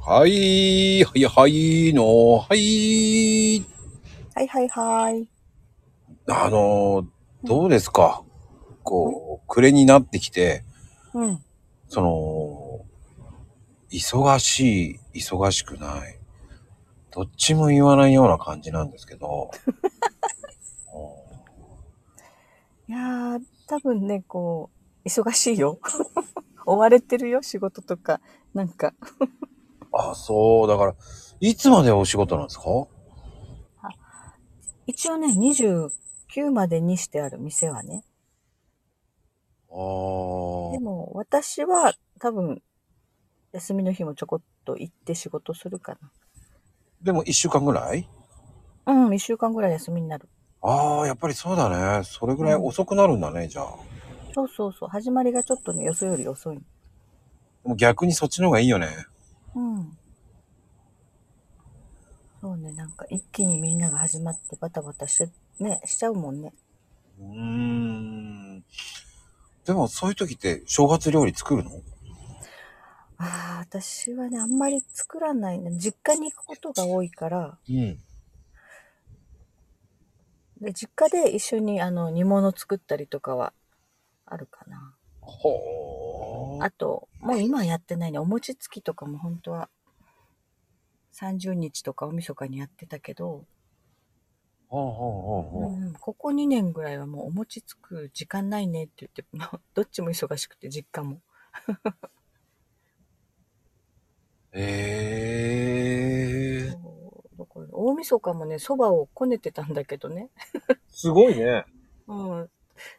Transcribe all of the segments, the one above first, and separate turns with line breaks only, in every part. はい、はい、はい、の、はい。
はいはいはい。
あのー、どうですかこう、暮れになってきて、
うん。
その、忙しい、忙しくない。どっちも言わないような感じなんですけど。 うん
いやー、多分ね、こう、忙しいよ。 追われてるよ、仕事とか。なんか。
あ、そう、だから、いつまでお仕事なんですか
一応ね、29までにしてある店はね。
あ
で
ー
も、私は多分、休みの日もちょこっと行って仕事するか
でも一週間ぐらい
な。うん、一週間ぐらい休みになる。
ああ、やっぱりそうだね。それぐらい遅くなるんだね、じゃあ。
そうそうそう。始まりがちょっとね、予想より遅い。
でも逆にそっちの方がいいよね。
うん。そうね、なんか一気にみんなが始まってバタバタして、ね、しちゃうもんね。
うーん。でもそういう時って正月料理作るの
ああ、私はね、あんまり作らないね。実家に行くことが多いから、
うん。
で、実家で一緒にあの、煮物作ったりとかはあるかな。
ほー。
あと、もう今はやってないね。お餅つきとかも本当は、30日とかお晦日にやってたけど、
ほうほうほうほう
うん、ここ2年ぐらいはもうお餅つく時間ないねって言って、 まあどっちも忙しくて実家も。
ええー。
そうだから大晦日もね、蕎麦をこねてたんだけどね。
すごいね。
うん、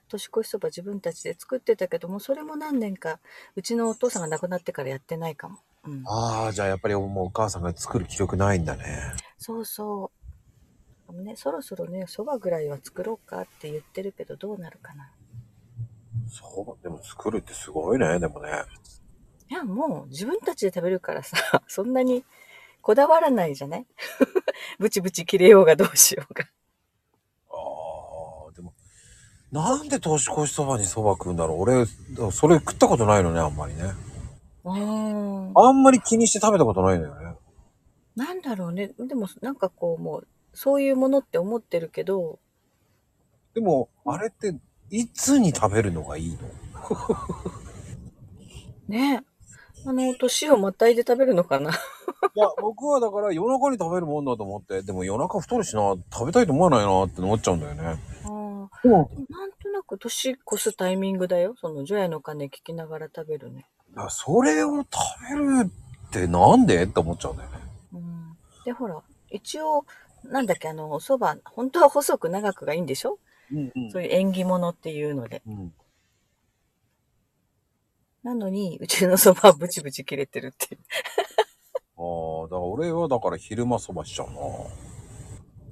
年越しそば自分たちで作ってたけどもそれも何年かうちのお父さんが亡くなってからやってないかも、うん、
ああ、じゃあやっぱりもうお母さんが作る気力ないんだね。
そうそうでもねそろそろねそばぐらいは作ろうかって言ってるけどどうなるかな
そう、でも作るってすごいね、でもね。
いやもう自分たちで食べるからさ そんなにこだわらないじゃない ブチブチ切れようがどうしようが
ああ、でも、なんで年越しそばにそば食うんだろう俺、それ食ったことないのね、あんまりね。
うん
あんまり気にして食べたことないのよね。
なんだろうねでもなんかこうもうそういうものって思ってるけど
でも、あれって、いつに食べるのがいいの
ねあの年をまたいで食べるのかない
や、僕はだから夜中に食べるもんだと思って、でも夜中太るしな、食べたいと思わないなって思っちゃうんだよね。
ああ、
うん
なんとなく年越すタイミングだよ。その、除夜の鐘聞きながら食べるね。
いや、それを食べるってなんでって思っちゃうんだよね。
うん。で、ほら、一応、なんだっけ、あの、お蕎麦、本当は細く長くがいいんでしょ、
うんうん
そういう縁起物っていうので。なのに、うちの蕎麦はブチブチ切れてるっていう。
ああ、だから俺はだから昼間そばしちゃう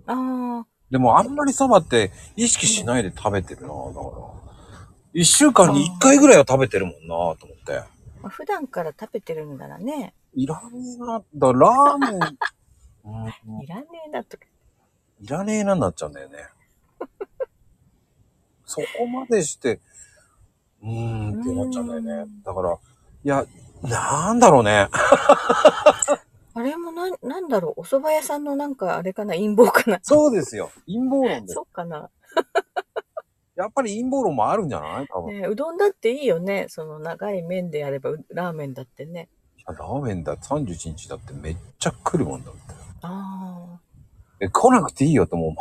な。
ああ、
でもあんまりそばって意識しないで食べてるな、だから。一週間に一回ぐらいは食べてるもんなと思って。
まあ普段から食べてるんならね、
いらねえな、だからラーメン、うん
いらねえなとか。
いらねえなになっちゃうんだよ ね。そこまでして、うーんって思っちゃうんだよ
う
ね
ん。
だから、いや、なんだろうね。
あれもなん、なんだろう、お蕎麦屋さんのなんか、あれかな、陰謀かな。
そうですよ。陰謀論です
そ。うかな。
やっぱり陰謀論もあるんじゃない多分。い
ねうどんだっていいよね。その長い麺でやれば、うラーメンだってね。
やラーメンだ、31日だってめっちゃ来るもんだって。
ああ。
え、来なくていいよと思う もん。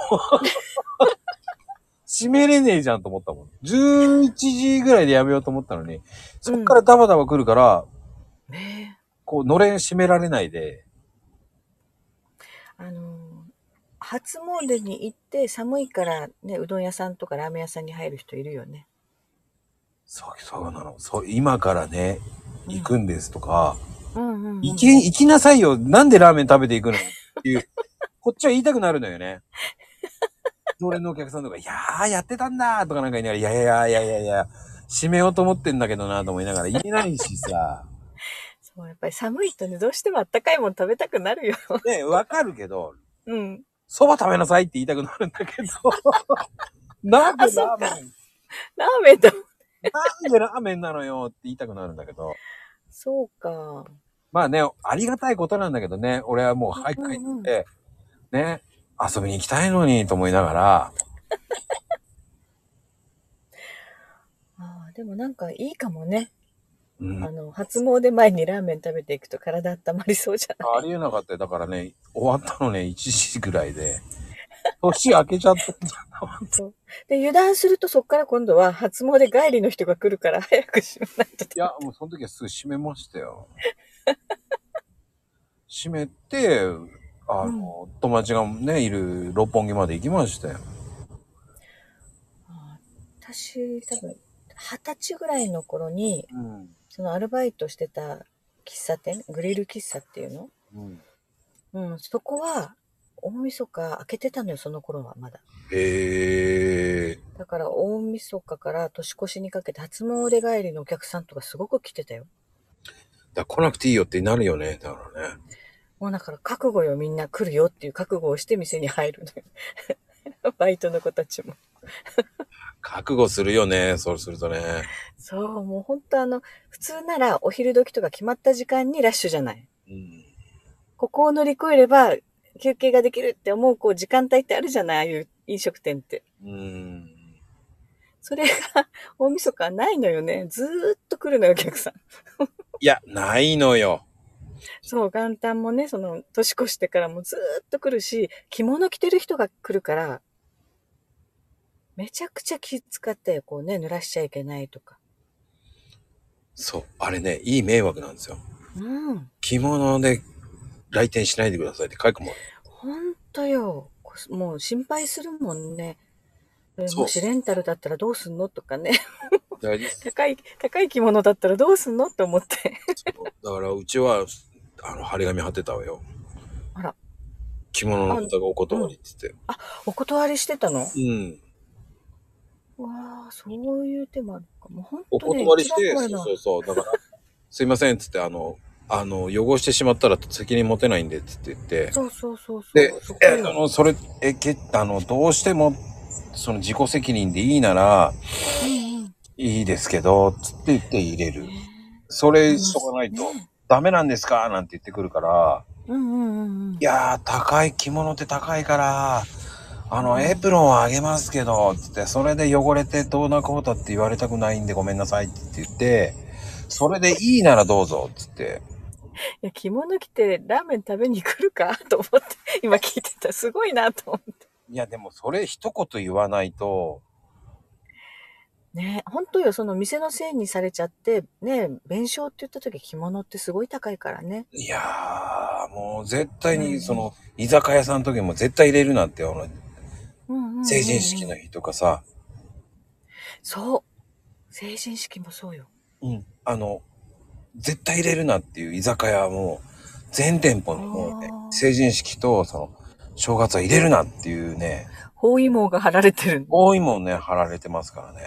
閉めれねえじゃんと思ったもん。11時ぐらいでやめようと思ったのに、そっからダバダバ来るから、
ね
こう、のれん閉められないで、
えあの初詣に行って寒いからねうどん屋さんとかラーメン屋さんに入る人いるよね
そう、そうなの。そう、今からね、
うん
行くんですとか、
うんうん、
行け、行きなさいよ。なんでラーメン食べていくのっていう、 こっちは言いたくなるのよね。常連のお客さんとか、いやー、やってたんだーとかなんか言いながら、いやいやいやいやいや、閉めようと思ってんだけどなーと思いながら、言えないし さ。
そうやっぱり寒いとねどうしてもあったかいもの食べたくなるよ
ね、わかるけど、
うん
そば食べなさいって言いたくなるんだけど、 なんでラーメン、
ラーメンだ
なんでラーメンなのよって言いたくなるんだけど、
そうか
まあね、ありがたいことなんだけどね、俺はもう入って
うんうん
って、ね、遊びに行きたいのにと思いながら、
ああ、でもなんかいいかもね。
うん
あの、初詣前にラーメン食べていくと体温まりそうじゃない
ありえなかったよ。だからね、終わったのね、1時ぐらいで。年明けちゃったんだ。
そう で、油断するとそっから今度は初詣帰りの人が来るから早くしないと。
いや、もうその時はすぐ閉めましたよ。閉めて、あの、友達がね、いる六本木まで行きましたよ。
あー私、多分、二十歳ぐらいの頃に、
うん。
そのアルバイトしてた喫茶店、グリル喫茶っていうの
うん、
うん、そこは、大晦日開けてたのよ、その頃はまだ。
へえ。
だから大晦日から年越しにかけて初詣帰りのお客さんとかすごく来てたよ。
だから来なくていいよってなるよね。だからね。
もうだから覚悟よみんな来るよっていう覚悟をして店に入るのよ。バ イトの子たちも。
覚悟するよね。そうするとね。
そう、もう本当あの、普通ならお昼時とか決まった時間にラッシュじゃない。
うん。
ここを乗り越えれば休憩ができるって思うこう時間帯ってあるじゃない、ああいう飲食店って。
うん。
それが大晦日はないのよね。ずーっと来るのよ、お客さん。
いや、ないのよ。
そう、元旦もね、その、年越してからもずーっと来るし、着物着てる人が来るから、めちゃくちゃ気使って、こうね、濡らしちゃいけないとか。
そう。あれね、いい迷惑なんですよ。
うん。
着物で来店しないでくださいって書くもん。
ほんとよ。こもう心配するもんね。で
そう
もしレンタルだったらどうすんのとかね。
大事
高い、高い着物だったらどうすんのと 思って。
だからうちはあの張り紙貼ってたわよ
あら
着物の方がお断りって言って
お断りしてたのわ
うん
あ、そういう手もあるかも。ほん
お
とね、
断りして、
一番怖いの
そう
は
そうそうだから「すいません」っつってあのあの汚してしまったら責任持てないんでっつって言って
そうそうそうそう。
で
そこ
えあ
よ
のそれえけあのどうしてもその自己責任でいいなら
うんうん
いいですけどっつって言って入れる
ね
それしとかないと
ね
「ダメなんですか?」なんて言ってくるから
うんうんうんうん
い。やー、高い、着物って高いから、あの、エプロンをあげますけど、つって、それで汚れてどうなこうだって言われたくないんでごめんなさいって言って、それでいいならどうぞ、つって。
いや着物着てラーメン食べに来るかと思って 今聞いてたすごいなと思って
いや、でもそれ一言言わないと、
ね本当よその店のせいにされちゃってね弁償って言った時着物ってすごい高いからね
いやー、もう絶対
うんう
に、
ん
その、居酒屋さんの時も絶対入れるなって、あの、
うんうんうん
成人式の日とかさ、
そう成人式もそうよ
うん、あの、絶対入れるなっていう居酒屋も、全店舗のもうね
あー
成人式と、その、正月は入れるなっていうね、
包囲網が張られてる
多いもんね、貼られてますからね。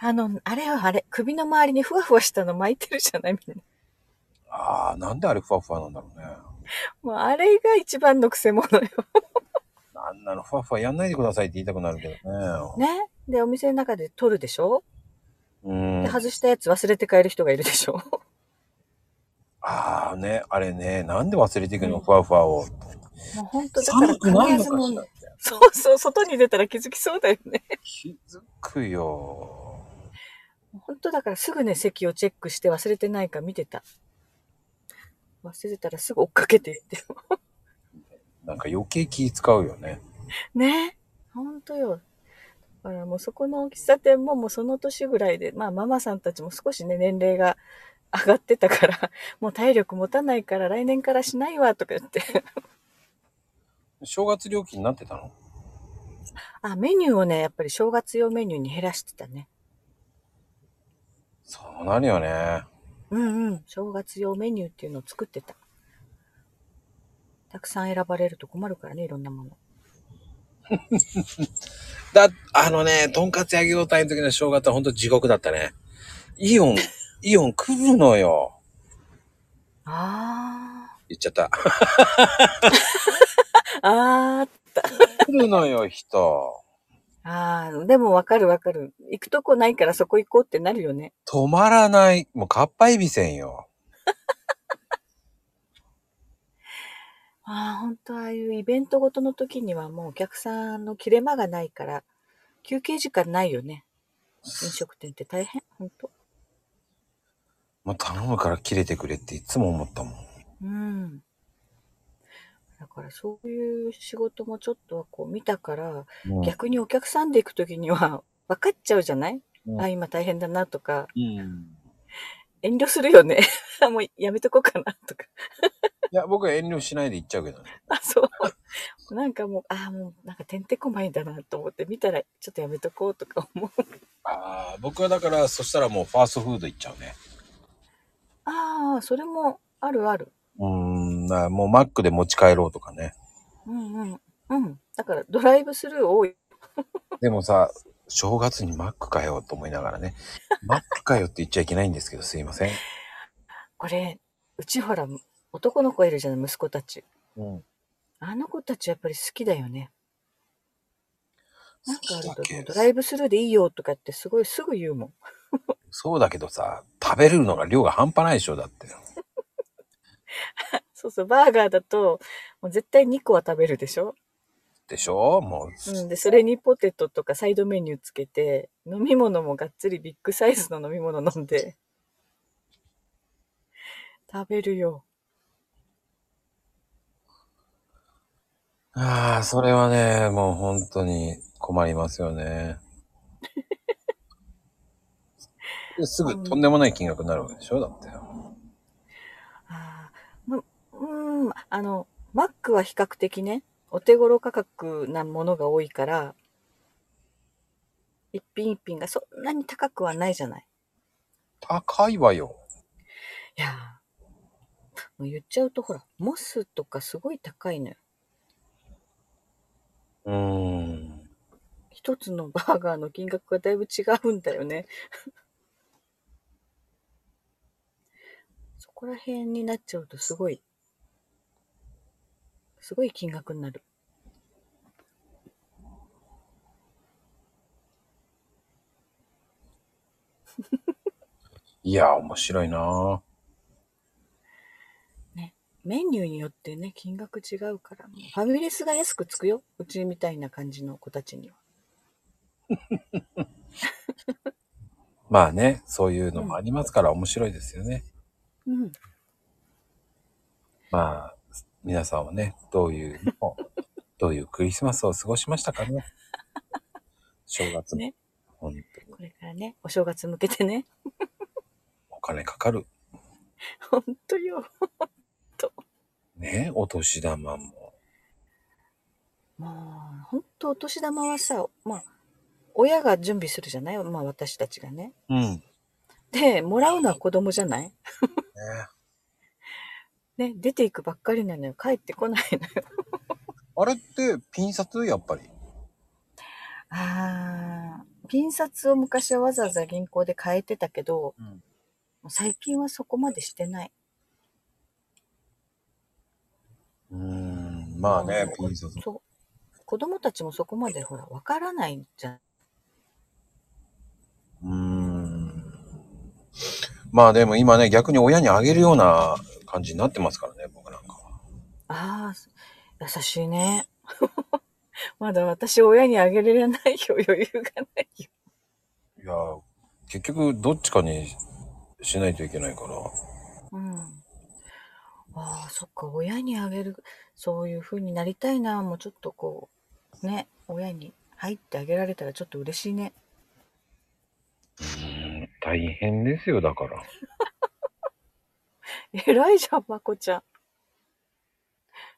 あのあれはあれ首の周りにふわふわしたの巻いてるじゃないみんな
ああ、なんであれふわふわなんだろうね。
もうあれが一番のくせ者よ
なんなの、ふわふわやんないでくださいって言いたくなるけどね。
ねでお店の中で取るでしょ
うん
で。外したやつ忘れて帰る人がいるでし ょ
ああね、あれね、なんで忘れていくの、
うん
ふわふわを。
もう本当だから
寒くないの
必ず
か
もう
しらって。
そうそう、外に出たら気づきそうだよね。
気づくよ。
本当だからすぐね、席をチェックして忘れてないか見てた。忘れてたらすぐ追っかけていって。
なんか余計気使うよね。
ね本当よ。だからもうそこの喫茶店ももうその年ぐらいで、まあママさんたちも少しね、年齢が上がってたから、 もう体力持たないから来年からしないわとか言って。
正月料金になってたの
あ、メニューをね、やっぱり正月用メニューに減らしてたね。
そうなるよね。
うんうん。正月用メニューっていうのを作ってた。たくさん選ばれると困るからね、いろんなもの。
だ、あのね、とんかつ焼きごたえの時の正月はほんと地獄だったね。イオン、イオン来るのよ。
あ
言っちゃった。
あ。あ
来るのよ、人。
あ。ああ。でもわかるわかる。行くとこないからそこ行こうってなるよね。
止まらない。もうかっぱえびせんよ。
ああ、本当ああいうイベントごとの時にはもうお客さんの切れ間がないから、休憩時間ないよね。飲食店って大変、本当
もう頼むから切れてくれっていつも思ったもん。
うん。だからそういう仕事もちょっとはこう見たから、
うん
逆にお客さんで行く時には 分かっちゃうじゃない、
うん
あ、今大変だなとか、
うん。
遠慮するよね。 あもうやめとこうかなとか。
いや、僕は遠慮しないで行っちゃうけどね。
あ、 そう。なんかもう、ああ、もうなんかてんてこまいだなと思って見たらちょっとやめとこうとか思う。
ああ、僕はだから、そしたらもうファーストフード行っちゃうね。
ああ、それもあるある。
うーん、だからもうマックで持ち帰ろうとかね。
うんうん。うん。だからドライブスルー多い。
でもさ、正月にマックかよと思いながらね、マックかよって言っちゃいけないんですけど、すいません。
これ、うちほら、男の子いるじゃない、息子たち。
うん。
あの子たちやっぱり好きだよね。なんかあ
そうだ
ると
け
もうドライブスルーでいいよとかってすごいすぐ言うもん。
そうだけどさ、食べれるのが量が半端ないでしょ、だって。
そうそう、バーガーだと、もう絶対2個は食べるでしょ
でしょもう、
うん。で、それにポテトとかサイドメニューつけて、飲み物もがっつりビッグサイズの飲み物飲んで。食べるよ。
ああ、それはね、もう本当に困りますよ ね。ですぐとんでもない金額になるわけでしょだって。
あーまうーん、あの、マックは比較的ね、お手頃価格なものが多いから、一品一品がそんなに高くはないじゃない。
高いわよ。
いやーもう言っちゃうとほら、モスとかすごい高いのよ。
うーん。
一つのバーガーの金額がだいぶ違うんだよね。 そこら辺になっちゃうとすごい、すごい金額になる。
いや、面白いな
メニューによってね、金額違うから、もうファミレスが安くつくよ。うちみたいな感じの子たちには。
まあね、そういうのもありますから面白いですよね。
うん。
まあ、皆さんはね、どういうのを、どういうクリスマスを過ごしましたかね。正月も、
ね
本当に
これからね、お正月向けてね。
お金かかる。
ほんとよ。
ね、お年玉も。
もう、ほんとお年玉はさ、まあ、親が準備するじゃないまあ私たちがね。
うん。ね、
で、もらうのは子供じゃないね、出ていくばっかりなのよ。帰ってこないのよ。
あれってピン札やっぱり。
あー、ピン札を昔はわざわざ銀行で変えてたけど、
うん
もう最近はそこまでしてない。
うーん、まあね、ピン札。
そう。子供たちもそこまでほら、わからないんじゃん。
うーん。まあでも今ね、逆に親にあげるような感じになってますからね、僕なんかは。
ああ、優しいね。 まだ私親にあげられないよ、余裕がないよ。
いや、結局どっちかにしないといけないから。
うん。ああ、そっか、親にあげる、そういう風になりたいな、もうちょっとこう、ね、親に入ってあげられたらちょっと嬉しいね。
うん大変ですよ、だから。
偉いじゃん、まこちゃん。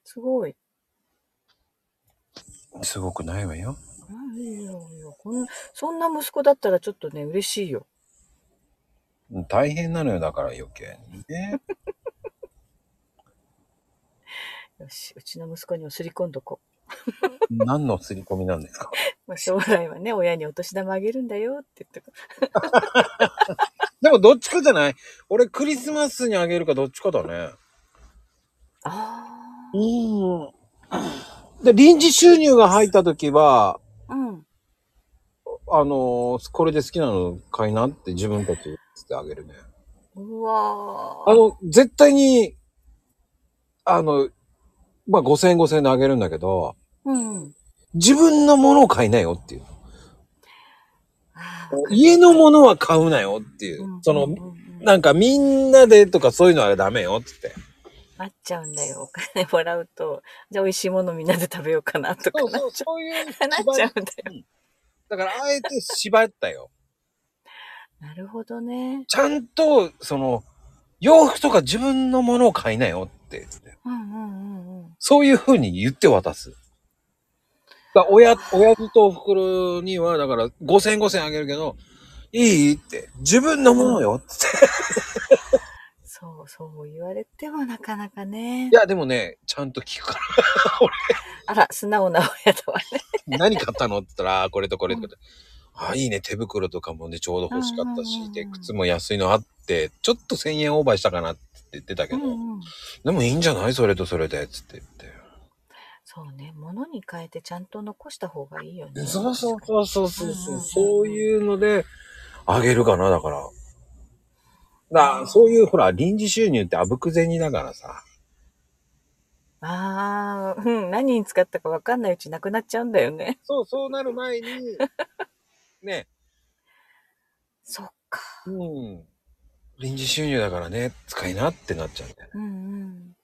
すごい。
すごくないわよ。
うんいいよいいよこんそんな息子だったらちょっとね、嬉しいよ。
うん大変なのよ、だから余計に ね。
よし、うちの息子にもすり込んどこう。
何の刷り込みなんですか
まあ、将来はね、親にお年玉あげるんだよって言って
でもどっちかじゃない俺クリスマスにあげるかどっちかだね。
あ
うん。で、臨時収入が入った時は、
あ、うん。
あのーこれで好きなの買いなって自分たちでつってあげるね。
うわ
あ
ー
の、絶対に、あの、まあ5000円5000円であげるんだけど、
うん。
自分のものを買いなよっていう。
あ
家のものは買うなよっていう。
ー
そ
うんうん
の、
うん
なんかみんなでとかそういうのはダメよって言って。
なっちゃうんだよ。お 金もらうと、じゃあ美味しいものみんなで食べようかなとか
そう
なっ
そう、そういう。
なっちゃうんだよ。
だからあえて縛ったよ。
なるほどね。
ちゃんと、その、洋服とか自分のものを買いなよって言って。
うんうんうんうん。
そういうふうに言って渡す。だから親、親父とお袋には、だから5000円5000円あげるけど、いいって、自分のものよって。
そうそう言われてもなかなかね
い。や、でもね、ちゃんと聞くから。
あら、素直な親だわね。
何買ったのって言ったら、あーこれとこれとこ
う
れ。あー、いいね、手袋とかもね、ちょうど欲しかった
うんうんう
し、
ん
で、靴も安いのあって、ちょっと1000円オーバーしたかなって言ってたけ
う
ど、
んうん。
でもいいんじゃないそれとそれで、つって言って。
そうね。物に変えてちゃんと残した方がいいよね。
そうそうそうそうそう
うんうん
そ
うんう
う。
ん
そういうので、あげるかな、だから。だそういう、ほら、臨時収入ってあぶく銭だからさ。
ああ、うん。何に使ったかわかんないうちなくなっちゃうんだよね。
そう、そうなる前に、 ね、
そっか。
うん。臨時収入だからね、使いなってなっちゃうんだよね。
うんうん。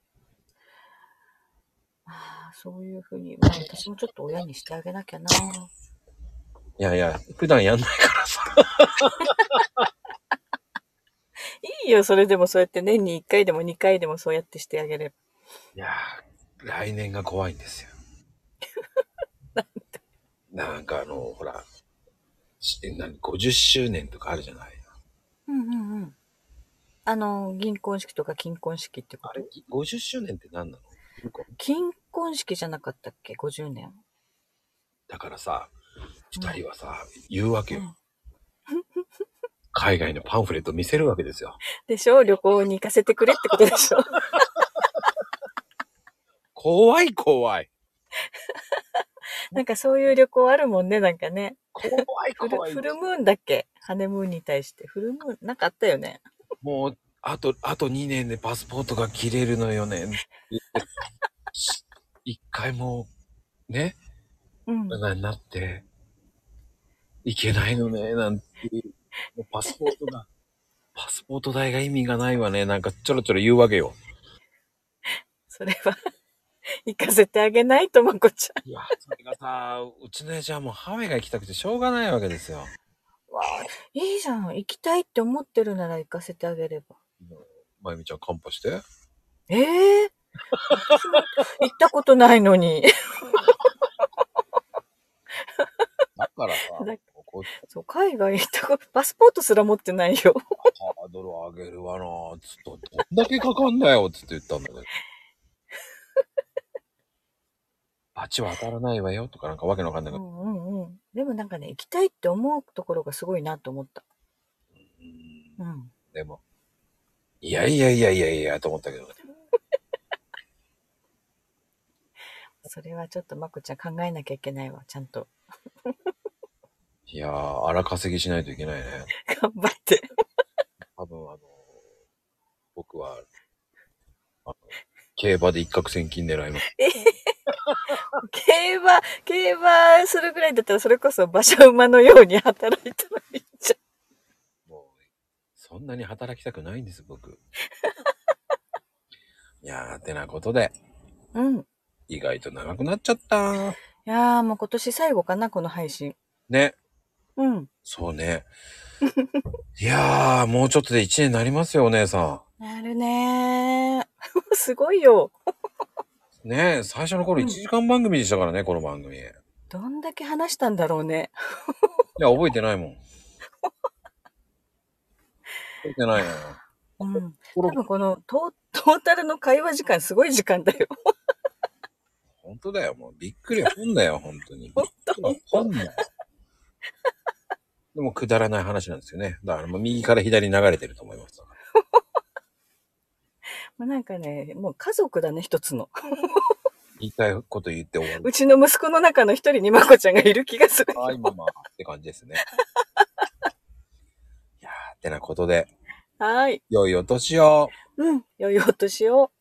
ああ、そういうふうに。まあ私もちょっと親にしてあげなきゃな。
いやいや、普段やんないからさ。
いいよ、それでもそうやって年に1回でも2回でもそうやってしてあげれば。
いやー、来年が怖いん ですよ。なんかあの、ほら、し何、50周年とかあるじゃない。
うんうんうん。あの、銀婚式とか金婚式ってこ
あ
と
れ、50周年って何なの
金婚式じゃなかったっけ ?50 年。
だからさ、
うん
二人はさ、言うわけよ。
うん
海外のパンフレット見せるわけですよ。
でしょ旅行に行かせてくれってことでしょ
怖い怖い。
なんかそういう旅行あるもんね、なんかね。
怖い
フル
怖い
フ。ルムーンだっけハネムーンに対して。フルムーン、なんかあったよね。
もう、あと、あと2年でパスポートが切れるのよ ね。し一回もう、ね、
うん。
なになって、いけないのね、なんていう。もうパスポートが、パスポート代が意味がないわね。なんかちょろちょろ言うわけよ。
それは、行かせてあげないと、まこちゃ
いや、それがさ、うちの親父はもうハワイが行きたくてしょうがないわけですよ。
ん。わあ、いいじゃん。行きたいって思ってるなら行かせてあげれば。
まゆみちゃん、カンパして。
ええ私も行ったことないのに。
だからさ
だ、
こう
そう、海外行ったこと、パスポートすら持ってないよ。
ハードル上げるわなぁ、つっと、どんだけかかんだよ、つって言ったんだけど。バチは当たらないわよ、とかなんかわけのわかんな
う
いけど。
んうんうん。でもなんかね、行きたいって思うところがすごいなと思った。
うん
うん。
でも、いやいやいやいやいや、と思ったけど。
それはちょっとまこちゃん考えなきゃいけないわ、ちゃんと。
いやー、荒稼ぎしないといけないね。
頑張って。
多分、あの、僕は、あの競馬で一攫千金狙います。
競馬、競馬するぐらいだったらそれこそ馬車馬のように働いたらいいじ
もう、そんなに働きたくないんです、 僕。いやー、てなことで、
ゃん。うん。い
意外と長くなっちゃった。
やーもう今年最後かな、この配信。
ね。
うん。
そう ね。いやー、もうちょっとで1年になりますよ、お姉さ
なるねー。 すごいよ。
ん。ねえ最初の頃
う
1
ん
時間番組でしたからね、この番組。いや、
どんだけ話したんだろうね。
覚えてないも ん。覚えてないな。
うん。
こ
多
れ
分このトー トータルの会話時間すごい時間だよ。
本当だよ、もう。びっくり本 だよ、本当に。
本当
本だよ。でも、くだらない話なんですよね。だから、もう右から左に流れてると思います。
もうなんかね、もう家族だね、一つの。
言いたいこと言って終わる
う。ちの息子の中の一人にまこちゃんがいる気がする。
はい、ママ。って感じですね。いやー、てなことで、
はーい。
良いお年を。
うん。良いお年を。